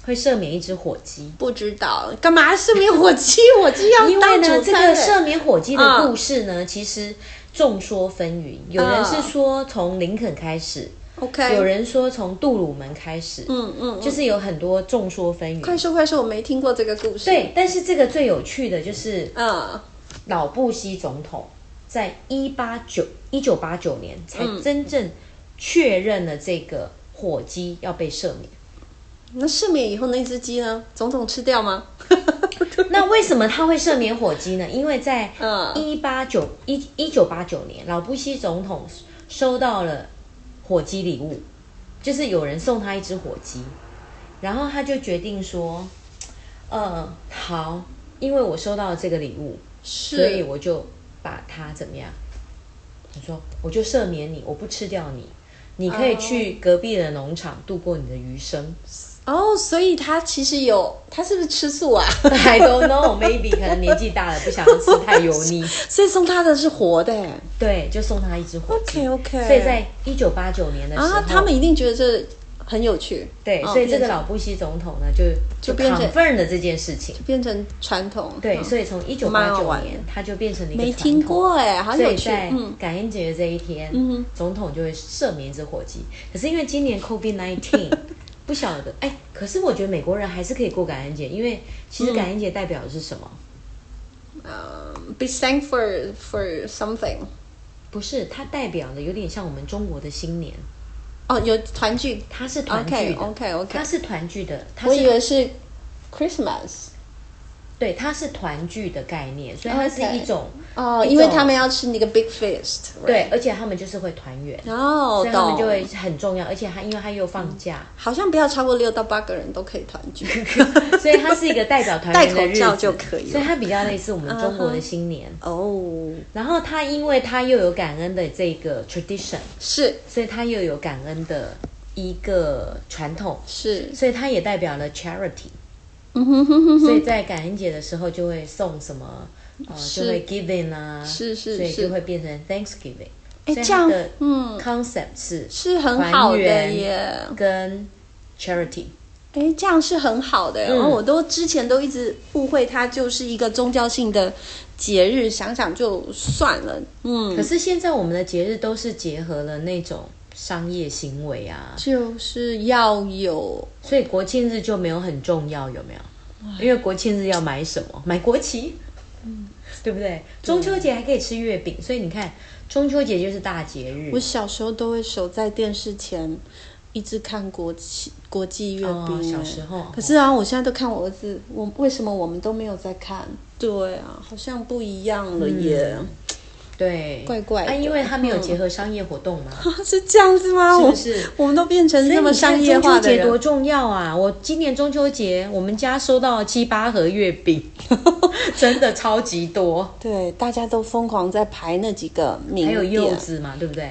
Speaker 1: 会赦免一只火鸡。
Speaker 2: 不知道干嘛赦免火鸡？火鸡要
Speaker 1: 因为
Speaker 2: 当
Speaker 1: 呢，
Speaker 2: 主
Speaker 1: 这个
Speaker 2: 餐欸
Speaker 1: 赦免火鸡的故事呢，其实众说纷纭。有人
Speaker 2: 嗯
Speaker 1: 是说从林肯开始，
Speaker 2: OK，
Speaker 1: 有人说从杜鲁门开始，
Speaker 2: 嗯嗯，嗯
Speaker 1: 就是有很多众说纷
Speaker 2: 快
Speaker 1: 纭。
Speaker 2: 说快说，我没听过这个故事。，
Speaker 1: 对，但是这个最有趣的就是
Speaker 2: 嗯，
Speaker 1: 老布希总统在一八九一九八九年才真正确认了这个火鸡要被赦免。
Speaker 2: 那赦免以后那只鸡呢？总统吃掉吗？
Speaker 1: 那为什么他会赦免火鸡呢？因为在
Speaker 2: 嗯
Speaker 1: 一八九一一九八九年，老布希总统收到了火鸡礼物，就是有人送他一只火鸡，然后他就决定说，呃，好，因为我收到了这个礼物，所以
Speaker 2: 是，
Speaker 1: 我就把它怎么样？他说，我就赦免你，我不吃掉你，你可以去隔壁的农场度过你的余生。
Speaker 2: 哦，所以他其实有，他是不是吃素啊？
Speaker 1: I don't know, maybe 可能年纪大了不想要吃太 油腻，
Speaker 2: 所以送他的是活的欸
Speaker 1: 对，就送他一只火鸡。
Speaker 2: OK，OK
Speaker 1: 所以在一九八九年的时候，
Speaker 2: 啊，他们一定觉得这很有趣。
Speaker 1: 对，
Speaker 2: 哦
Speaker 1: 所以这
Speaker 2: 变
Speaker 1: 个
Speaker 2: 成
Speaker 1: 老布希总统呢，就
Speaker 2: 就
Speaker 1: 变
Speaker 2: 变
Speaker 1: 成
Speaker 2: 成
Speaker 1: confirm 了这件事情。
Speaker 2: 变成传统，
Speaker 1: 对，
Speaker 2: 嗯
Speaker 1: 所以从一九八
Speaker 2: 蛮好
Speaker 1: 九
Speaker 2: 玩的
Speaker 1: 年，他就变成了一个
Speaker 2: 没
Speaker 1: 传统
Speaker 2: 听过哎，好
Speaker 1: 所
Speaker 2: 有
Speaker 1: 以
Speaker 2: 趣。
Speaker 1: 在
Speaker 2: 嗯，
Speaker 1: 感恩节的这一天，
Speaker 2: 嗯哼
Speaker 1: 总统就会赦免一只火鸡。可是因为今年 COVID nineteen，不晓得哎，可是我觉得美国人还是可以过感恩节，因为其
Speaker 2: 嗯
Speaker 1: 实感恩节代表的是什么？
Speaker 2: 呃，be thankful for something。
Speaker 1: 不是，它代表的有点像我们中国的新年，
Speaker 2: 哦，有团聚
Speaker 1: 它是团聚
Speaker 2: ，OK
Speaker 1: 的
Speaker 2: OK
Speaker 1: 它
Speaker 2: OK。
Speaker 1: 是团聚的，它
Speaker 2: 我以
Speaker 1: 是
Speaker 2: 为是 Christmas
Speaker 1: 对，它是团聚的概念，所以它是
Speaker 2: OK
Speaker 1: 一种
Speaker 2: 哦，
Speaker 1: 一
Speaker 2: 因为
Speaker 1: 种
Speaker 2: 他们要吃那个 big feast。
Speaker 1: 对，，而且他们就是会团圆，
Speaker 2: 哦
Speaker 1: 所，以他们
Speaker 2: 懂。
Speaker 1: 就会很重要，而且他因为他又放假，
Speaker 2: 好像不要超过六到八个人都可以团聚。
Speaker 1: 所以它是一个代表团圆的日子，
Speaker 2: 戴口罩就可以了
Speaker 1: 所以它比较类似我
Speaker 2: 嗯
Speaker 1: 们中国的新年。
Speaker 2: 哦，
Speaker 1: 然后它因为它又有感恩的这个 tradition，
Speaker 2: 是
Speaker 1: 所以它又有感恩的一个传统，
Speaker 2: 是，
Speaker 1: 所以它也代表了 charity。
Speaker 2: 嗯哼哼哼
Speaker 1: 所以
Speaker 2: 哼，
Speaker 1: 在感恩节的时候就会送什么，呃，就是会 giving 啊，
Speaker 2: 是是
Speaker 1: 所以
Speaker 2: 是
Speaker 1: 就会变成 Thanksgiving。所
Speaker 2: 哎，
Speaker 1: 以
Speaker 2: 这
Speaker 1: 它
Speaker 2: 样
Speaker 1: 的，
Speaker 2: 嗯，
Speaker 1: concept 是
Speaker 2: 是很好
Speaker 1: 团
Speaker 2: 的
Speaker 1: 圆
Speaker 2: 耶。
Speaker 1: 跟 charity。
Speaker 2: 哎，这样是很好的。欸
Speaker 1: 嗯
Speaker 2: 然后我都之前都一直误会它就是一个宗教性的节日，想想就算了。嗯，
Speaker 1: 可是现在我们的节日都是结合了那种商业行为啊，
Speaker 2: 就是要有
Speaker 1: 所以国庆日就没有很重要，有没有？因为国庆日要买什么？买国旗，
Speaker 2: 嗯
Speaker 1: 对不对？中秋节还可以吃月饼，所以你看，中秋节就是大节日
Speaker 2: 我。小时候都会守在电视前，一直看国际国际阅
Speaker 1: 哦
Speaker 2: 兵、哎
Speaker 1: 小时候
Speaker 2: 可是啊，我现在都看我儿子，我为什么我们都没有在看？对啊，好像不一样了耶。
Speaker 1: 嗯对，
Speaker 2: 怪怪的
Speaker 1: 啊，因为它没有结合商业活动嘛，
Speaker 2: 是这样子吗？
Speaker 1: 是不
Speaker 2: 我
Speaker 1: 是？
Speaker 2: 我们都变成
Speaker 1: 所以
Speaker 2: 这
Speaker 1: 你
Speaker 2: 么
Speaker 1: 看
Speaker 2: 嗯商业化
Speaker 1: 中秋
Speaker 2: 的
Speaker 1: 节多
Speaker 2: 人，
Speaker 1: 重要啊！我今年中秋节，我们家收到七八盒月饼， 真的超级多，
Speaker 2: 对，大家都疯狂在排那几个名
Speaker 1: 还
Speaker 2: 店。
Speaker 1: 有柚子嘛，对不对？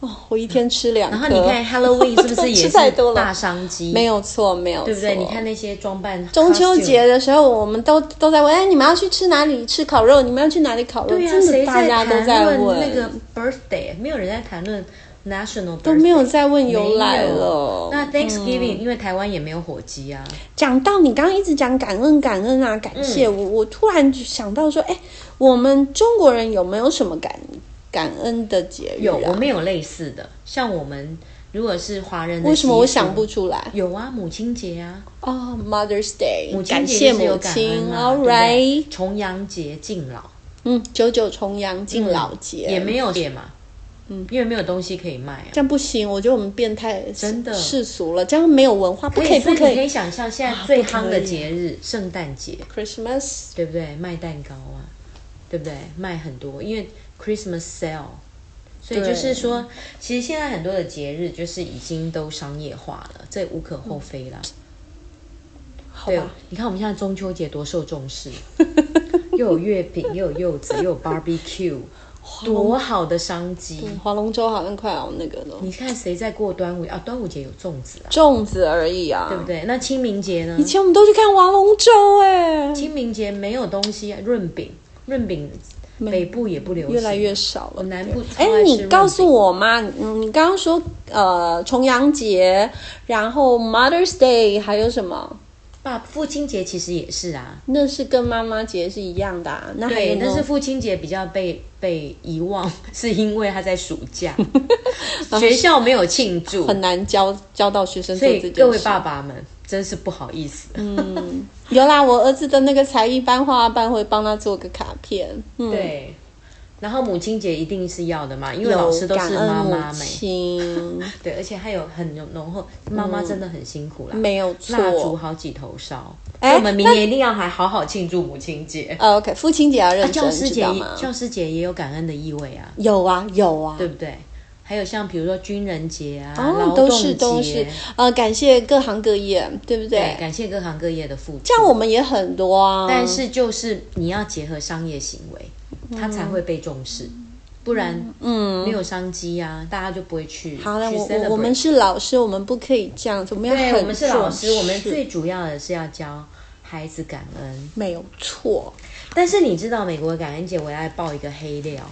Speaker 2: 哦，我一天吃两颗。
Speaker 1: 嗯然后你看 Halloween 是不是也
Speaker 2: 吃
Speaker 1: 是
Speaker 2: 太多
Speaker 1: 大
Speaker 2: 了？
Speaker 1: 商机？
Speaker 2: 没有错，没有错，
Speaker 1: 对不对？你看那些装扮，
Speaker 2: 中秋节，的时候，我们都都在问，哎，你们要去吃哪里吃烤肉？你们要去哪里烤肉？
Speaker 1: 对呀、
Speaker 2: 真的
Speaker 1: 谁
Speaker 2: 大家都
Speaker 1: 谈论
Speaker 2: 问，
Speaker 1: 那个 birthday？没有人在谈论 national，birthday,
Speaker 2: 都没有在问
Speaker 1: 没
Speaker 2: 由
Speaker 1: 有
Speaker 2: 来了。嗯
Speaker 1: 那 Thanksgiving、因为台湾也没有火鸡啊，
Speaker 2: 讲到你刚刚一直讲感恩感恩啊，感谢、
Speaker 1: 嗯
Speaker 2: 我，我突然就想到说，哎，我们中国人有没有什么感感恩的节日、啊？
Speaker 1: 有我们有类似的，像我们如果是华人的习俗，
Speaker 2: 为什么我想不出来？
Speaker 1: 有啊？母亲节啊，
Speaker 2: 哦、m o t h e r s Day，
Speaker 1: 母亲
Speaker 2: 感
Speaker 1: 节
Speaker 2: 谢
Speaker 1: 就是有
Speaker 2: 母
Speaker 1: 感
Speaker 2: 亲
Speaker 1: 恩啊嘛
Speaker 2: ，All
Speaker 1: 对不对
Speaker 2: right，
Speaker 1: 重阳节敬老，
Speaker 2: 嗯，九九重阳敬老节、
Speaker 1: 也没有节嘛，嗯，因为没有东西可以卖啊。
Speaker 2: 这样不行，我觉得我们变态
Speaker 1: 真的
Speaker 2: 世俗了，这样没有文化，不可以
Speaker 1: 所以
Speaker 2: 不可
Speaker 1: 你可
Speaker 2: 以。
Speaker 1: 以想象现在
Speaker 2: 啊
Speaker 1: 最
Speaker 2: 不可
Speaker 1: 夯的
Speaker 2: 以
Speaker 1: 节日，圣诞节，
Speaker 2: Christmas
Speaker 1: 对不对？卖蛋糕啊，对不对？卖很多，因为 Christmas sale，所以
Speaker 2: 对
Speaker 1: 就是说，其实现在很多的节日就是已经都商业化了，这无可厚非啦。
Speaker 2: 嗯好
Speaker 1: 对哦
Speaker 2: 吧，，
Speaker 1: 你看我们现在中秋节多受重 视，又有月饼，又有柚子，又有 barbecue，多好的商机！
Speaker 2: 嗯划龙舟好像快要那个了，
Speaker 1: 你看谁在过端午啊？端午节有粽子啊，
Speaker 2: 粽子而已啊。嗯
Speaker 1: 对不对？那清明节呢？
Speaker 2: 以前我们都去看划龙舟哎、
Speaker 1: 清明节没有东西啊，润饼，润饼北部也不流行，
Speaker 2: 越来越少
Speaker 1: 我
Speaker 2: 了。
Speaker 1: 们南部超爱
Speaker 2: 哎
Speaker 1: 吃，润
Speaker 2: 你
Speaker 1: 饼
Speaker 2: 告诉我嘛，嗯你刚刚说呃重阳节，然后 Mother's Day 还有什么？
Speaker 1: 爸，父亲节其实也是啊，
Speaker 2: 那是跟妈妈节是一样的、啊，那还有
Speaker 1: 对，但
Speaker 2: 呢
Speaker 1: 是父亲节比较被被遗 忘，是因为他在暑假，学校没有庆祝，
Speaker 2: 很难教教到学生
Speaker 1: 所
Speaker 2: 做这
Speaker 1: 以
Speaker 2: 件
Speaker 1: 各位
Speaker 2: 事。
Speaker 1: 爸爸们真是不好意思。
Speaker 2: 有啦，我儿子的那个才艺班、画画班会帮他做个卡片。嗯，
Speaker 1: 对，然后母亲节一定是要的嘛，因为
Speaker 2: 有
Speaker 1: 老师都
Speaker 2: 嗯感
Speaker 1: 是
Speaker 2: 恩
Speaker 1: 妈
Speaker 2: 母
Speaker 1: 妈们，
Speaker 2: 亲，
Speaker 1: 对，而且还有很浓浓厚，妈妈真的很辛苦啦，
Speaker 2: 嗯没有错。
Speaker 1: 蜡烛好几头烧，
Speaker 2: 哎
Speaker 1: 所以我们明年一定要还好好庆祝母亲节。
Speaker 2: 呃 OK，父亲节要认真，
Speaker 1: 啊教师
Speaker 2: 知
Speaker 1: 节
Speaker 2: 道
Speaker 1: 也
Speaker 2: 吗？
Speaker 1: 教师节也有感恩的意味啊，
Speaker 2: 有啊，有啊，
Speaker 1: 对不对？还有像比如说军人节啊，
Speaker 2: 哦
Speaker 1: 劳，动
Speaker 2: 都
Speaker 1: 节，
Speaker 2: 是都是，呃，感谢各行各业，对不
Speaker 1: 对，
Speaker 2: 对？
Speaker 1: 感谢各行各业的付出。
Speaker 2: 这样我们也很多啊，
Speaker 1: 但是就是你要结合商业行为，它才会被重视，不然
Speaker 2: 嗯。
Speaker 1: 没有商机啊，大家就不会去。
Speaker 2: 好了，
Speaker 1: 去
Speaker 2: 我
Speaker 1: celebrate
Speaker 2: 我我们是老师，我们不可以这样子，我们要很
Speaker 1: 对，我们是老师，
Speaker 2: 重视
Speaker 1: 我们最主要的是要教孩子感恩。
Speaker 2: 没有错，
Speaker 1: 但是你知道，美国的感恩节我要爆一个黑料，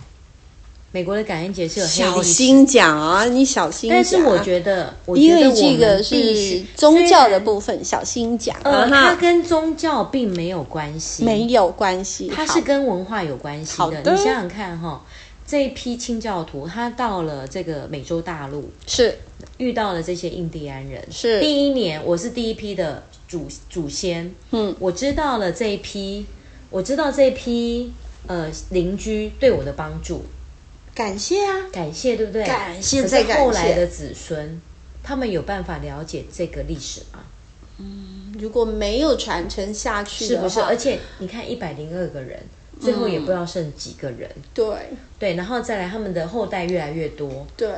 Speaker 1: 美国的感恩节是有黑历史
Speaker 2: 小心讲啊，你小心讲啊。
Speaker 1: 但是我觉得，我觉
Speaker 2: 因
Speaker 1: 得
Speaker 2: 为
Speaker 1: 我
Speaker 2: 这个
Speaker 1: 们必须
Speaker 2: 是宗教的。
Speaker 1: 虽然
Speaker 2: 部分，小心讲啊
Speaker 1: 呃，它
Speaker 2: 哈，
Speaker 1: 跟宗教并没有关系，
Speaker 2: 没有关系。
Speaker 1: 它
Speaker 2: 好
Speaker 1: 是跟文化有关系
Speaker 2: 好
Speaker 1: 的。
Speaker 2: 的
Speaker 1: 你想想看哈、这一批清教徒，他到了这个美洲大陆，
Speaker 2: 是
Speaker 1: 遇到了这些印第安人。
Speaker 2: 是，
Speaker 1: 第一年，我是第一批的祖祖先，
Speaker 2: 嗯，
Speaker 1: 我知道了这一批，我知道这一批呃邻居对我的帮助，
Speaker 2: 感谢啊，
Speaker 1: 感谢，对不对？
Speaker 2: 感谢
Speaker 1: 可
Speaker 2: 再
Speaker 1: 是
Speaker 2: 感
Speaker 1: 后来
Speaker 2: 谢
Speaker 1: 的子孙，他们有办法了解这个历史吗？
Speaker 2: 如果没有传承下去
Speaker 1: 是
Speaker 2: 的
Speaker 1: 不
Speaker 2: 话，
Speaker 1: 是？而且你看，一百零二个人，最后也不知道剩几个人。
Speaker 2: 对
Speaker 1: 对，然后再来他们的后代越来越多，
Speaker 2: 对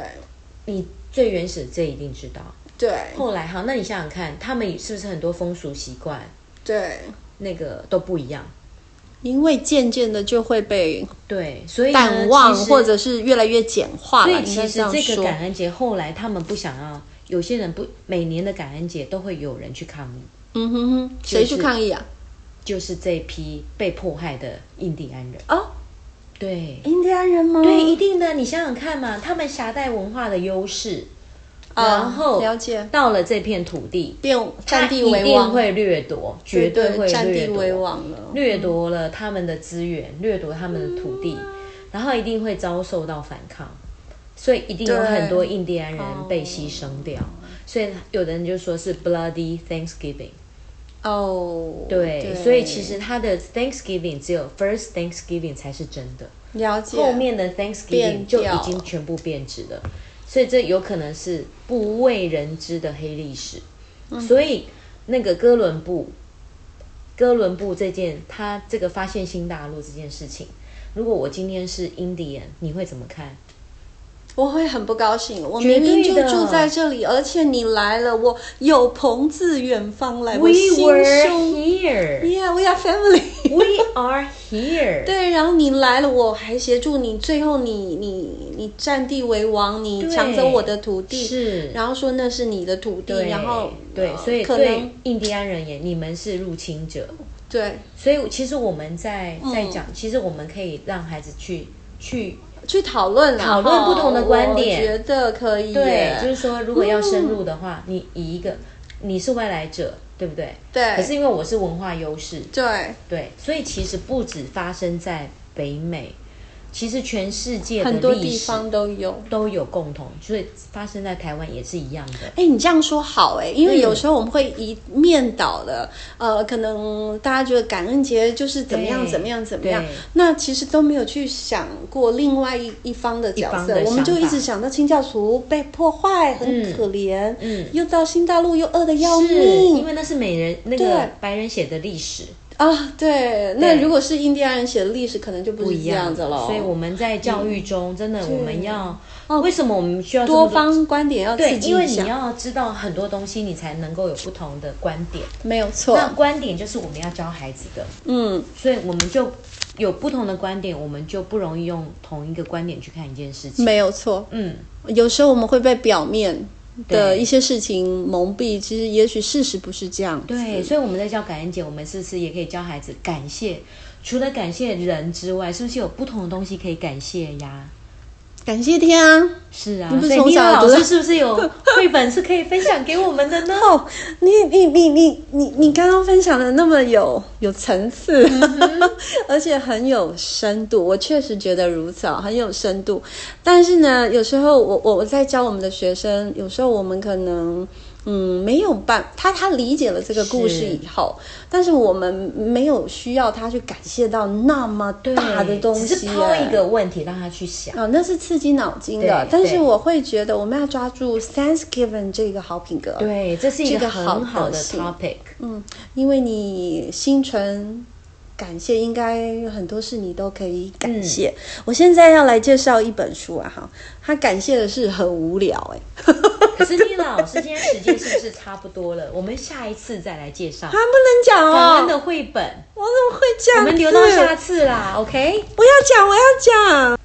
Speaker 1: 你最原始这一定知道。
Speaker 2: 对
Speaker 1: 后来好，那你想想看，他们是不是很多风俗习惯
Speaker 2: 对，
Speaker 1: 那个都不一样？
Speaker 2: 因为渐渐的就会被
Speaker 1: 对，所以呢
Speaker 2: 淡忘，
Speaker 1: 哎其实
Speaker 2: 或者是越来越简化
Speaker 1: 所
Speaker 2: 了。
Speaker 1: 以
Speaker 2: 应
Speaker 1: 其
Speaker 2: 该
Speaker 1: 实
Speaker 2: 这样
Speaker 1: 这个
Speaker 2: 说，
Speaker 1: 感恩节后来他们不想要，有些人不每年的感恩节都会有人去抗议，
Speaker 2: 嗯哼哼，谁
Speaker 1: 就
Speaker 2: 去
Speaker 1: 是
Speaker 2: 抗议啊？
Speaker 1: 就是这批被迫害的印第安人。
Speaker 2: 哦，
Speaker 1: 对，
Speaker 2: 印第安人吗？
Speaker 1: 对，一定的，你想想看嘛，他们狭带文化的优势，
Speaker 2: 啊，
Speaker 1: 然后
Speaker 2: 了解，
Speaker 1: 到了这片土地，
Speaker 2: 变占地
Speaker 1: 他一
Speaker 2: 为
Speaker 1: 定
Speaker 2: 王，
Speaker 1: 会掠夺，绝
Speaker 2: 对
Speaker 1: 会
Speaker 2: 占地
Speaker 1: 掠
Speaker 2: 为
Speaker 1: 夺，
Speaker 2: 王了。
Speaker 1: 掠夺了他们的资源，掠夺他们的土地，
Speaker 2: 嗯
Speaker 1: 然后一定会遭受到反抗，所以一定有
Speaker 2: 对
Speaker 1: 很多印第安人
Speaker 2: 哦
Speaker 1: 被牺牲掉。所以有的人就说是 bloody Thanksgiving，
Speaker 2: 哦，
Speaker 1: 对，所以其实他的 Thanksgiving 只有 first Thanksgiving 才是真的，
Speaker 2: 了解
Speaker 1: 后面的
Speaker 2: 变
Speaker 1: Thanksgiving 就
Speaker 2: 掉
Speaker 1: 已经全部变质了，所以这有可能是不为人知的黑历史。
Speaker 2: 嗯
Speaker 1: 所以那个哥伦布，哥伦布这件他这个发现新大陆这件事情，如果我今天是印第安，你会怎么看？
Speaker 2: 我会很不高兴。我
Speaker 1: 绝
Speaker 2: 明明
Speaker 1: 对
Speaker 2: 就
Speaker 1: 的
Speaker 2: 住在这里，而且你来了，我有朋自远方来，我
Speaker 1: We
Speaker 2: 心
Speaker 1: were
Speaker 2: 胸。
Speaker 1: here,
Speaker 2: Yeah, we are family.
Speaker 1: we are here。
Speaker 2: 对，然后你来了，我还协助你，最后你你你占地为王，你
Speaker 1: 对
Speaker 2: 抢走我的土地，
Speaker 1: 是。
Speaker 2: 然后说那是你的土地，
Speaker 1: 对，
Speaker 2: 然后
Speaker 1: 对，
Speaker 2: 呃
Speaker 1: 所以
Speaker 2: 可
Speaker 1: 对
Speaker 2: 能
Speaker 1: 印第安人也，你们是入侵者，
Speaker 2: 对
Speaker 1: 所以其实我们在在
Speaker 2: 嗯
Speaker 1: 讲，其实我们可以让孩子去去
Speaker 2: 去讨论啦
Speaker 1: 讨论
Speaker 2: 哈
Speaker 1: 不同的观点
Speaker 2: 我觉得可以
Speaker 1: 对
Speaker 2: 耶，
Speaker 1: 就是说如果要深入的话，你以一个你是外来者，对不对？
Speaker 2: 对，
Speaker 1: 可是因为我是文化优势，
Speaker 2: 对
Speaker 1: 对，所以其实不止发生在北美，其实全世界的
Speaker 2: 很多
Speaker 1: 历
Speaker 2: 地
Speaker 1: 史
Speaker 2: 方都有。
Speaker 1: 都有共同，所以发生在台湾也是一样的。
Speaker 2: 哎，你这样说好哎，因
Speaker 1: 嗯
Speaker 2: 为有时候我们会一面倒的，呃，可能大家觉得感恩节就是怎么样
Speaker 1: 对
Speaker 2: 怎么样怎么样
Speaker 1: 对，
Speaker 2: 那其实都没有去想过另外一一方的角
Speaker 1: 一方
Speaker 2: 色
Speaker 1: 的，
Speaker 2: 我们就
Speaker 1: 想法
Speaker 2: 一直想到清教徒被破坏很
Speaker 1: 嗯
Speaker 2: 可怜，
Speaker 1: 嗯，
Speaker 2: 又到新大陆又饿得要
Speaker 1: 是因
Speaker 2: 命
Speaker 1: 为那是美人那
Speaker 2: 对
Speaker 1: 个白人写的历史
Speaker 2: 啊，对，那
Speaker 1: 对
Speaker 2: 如果是印第安人写的历史，可能就不
Speaker 1: 不
Speaker 2: 是
Speaker 1: 一
Speaker 2: 这样
Speaker 1: 样
Speaker 2: 子了，
Speaker 1: 所以我们在教育中真的我们要
Speaker 2: 哦
Speaker 1: 为什么我们需要这么
Speaker 2: 多方观点要
Speaker 1: 对，
Speaker 2: 刺激
Speaker 1: 因为
Speaker 2: 一
Speaker 1: 你
Speaker 2: 下，
Speaker 1: 要知道很多东西，你才能够有不同的观点。
Speaker 2: 没有错，
Speaker 1: 那观点就是我们要教孩子的，
Speaker 2: 嗯，
Speaker 1: 所以我们就有不同的观点，我们就不容易用同一个观点去看一件事情。
Speaker 2: 没有错，
Speaker 1: 嗯，
Speaker 2: 有时候我们会被表面的
Speaker 1: 对
Speaker 2: 一些事情蒙蔽，其实也许事实不是这样。
Speaker 1: 对，所以我们在教感恩节，我们是不是也可以教孩子感谢除了感谢人之外，是不是有不同的东西可以感谢呀？
Speaker 2: 感谢天啊！
Speaker 1: 是啊，
Speaker 2: 你不
Speaker 1: 所
Speaker 2: 是
Speaker 1: 以
Speaker 2: 从
Speaker 1: 妮娜
Speaker 2: 小
Speaker 1: 老
Speaker 2: 读
Speaker 1: 师
Speaker 2: 到
Speaker 1: 是不是有绘本是可以分享给我们的呢？
Speaker 2: 哦，你你你你你你刚刚分享的那么有有层次， 而且很有深度，我确实觉得如此啊，很有深度。但是呢，有时候我我我在教我们的学生，有时候我们可能。嗯，没有办他他理解了这个故事
Speaker 1: 是
Speaker 2: 以后，但是我们没有需要他去感谢到那么
Speaker 1: 对
Speaker 2: 大的东
Speaker 1: 只是
Speaker 2: 西、
Speaker 1: 抛
Speaker 2: 哎
Speaker 1: 一个问题让他去想。
Speaker 2: 哦，那是刺激脑筋的
Speaker 1: 对。
Speaker 2: 但是
Speaker 1: 对
Speaker 2: 我会觉得我们要抓住 Thanksgiving 这个好品格，
Speaker 1: 对，这是一
Speaker 2: 这
Speaker 1: 个
Speaker 2: 个好
Speaker 1: 很好的
Speaker 2: 德性
Speaker 1: topic。
Speaker 2: 嗯，因为你心存感谢，应该很多事你都可以
Speaker 1: 嗯
Speaker 2: 感谢。我现在要来介绍一本书啊，哈，它感谢的事很无聊哎、
Speaker 1: 可是妮娜老师今天时间是不是差不多了？我们下一次再来介绍
Speaker 2: 啊，不能讲
Speaker 1: 感
Speaker 2: 哦
Speaker 1: 恩，的绘本，
Speaker 2: 我怎么会这
Speaker 1: 我
Speaker 2: 样子？
Speaker 1: 们留到下次啦，OK？
Speaker 2: 不要讲，我要讲，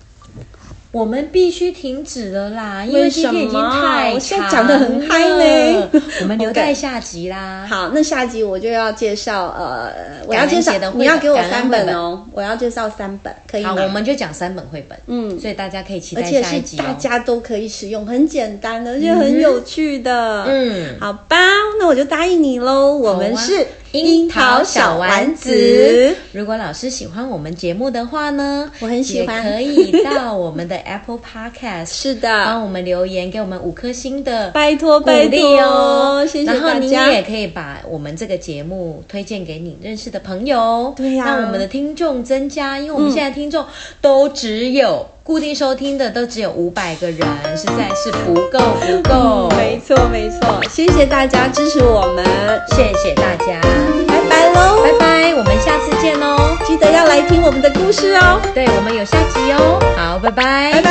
Speaker 1: 我们必须停止了啦，因为今天已
Speaker 2: 为什
Speaker 1: 经
Speaker 2: 么
Speaker 1: 太长了
Speaker 2: 我现在讲得很嗨呢
Speaker 1: 我们留
Speaker 2: OK
Speaker 1: 待下集啦。
Speaker 2: 好，那下集我就要介绍，呃，我要
Speaker 1: 感恩
Speaker 2: 介绍
Speaker 1: 节的，绘
Speaker 2: 你要给我
Speaker 1: 感恩
Speaker 2: 三
Speaker 1: 绘
Speaker 2: 本
Speaker 1: 本
Speaker 2: 哦，我要介绍三本，可以
Speaker 1: 好，
Speaker 2: 吗？
Speaker 1: 我们就讲三本绘本，
Speaker 2: 嗯
Speaker 1: 所以大家可以期
Speaker 2: 而
Speaker 1: 待
Speaker 2: 且
Speaker 1: 下
Speaker 2: 是
Speaker 1: 一集
Speaker 2: 大
Speaker 1: 哦。
Speaker 2: 家都可以使用，很简单的，而且很有趣的。
Speaker 1: 嗯
Speaker 2: 好吧，那我就答应你喽。我们
Speaker 1: 好啊
Speaker 2: 是
Speaker 1: 樱桃小丸子。。如果老师喜欢我们节目的话呢，
Speaker 2: 我很喜
Speaker 1: 也
Speaker 2: 欢
Speaker 1: 可以到我们的 Apple Podcast
Speaker 2: 是的，
Speaker 1: 帮我们留言，给我们五颗星的
Speaker 2: 啊拜托
Speaker 1: 鼓
Speaker 2: 拜
Speaker 1: 励
Speaker 2: 托
Speaker 1: 哦。
Speaker 2: 谢谢
Speaker 1: 然后
Speaker 2: 大
Speaker 1: 你
Speaker 2: 家。
Speaker 1: 也可以把我们这个节目推荐给你认识的朋友，
Speaker 2: 对呀
Speaker 1: 让我们的听众增加，因为我们现在听众都只有、固定收听的都只有五百个人，实在是不够不够。
Speaker 2: 嗯没错没错，谢谢大家支持我们，
Speaker 1: 谢谢大家，
Speaker 2: 拜拜喽！
Speaker 1: 拜拜，我们下次见哦。
Speaker 2: 记得要来听我们的故事哦，
Speaker 1: 对，我们有下集哦。好，拜拜，
Speaker 2: 拜拜。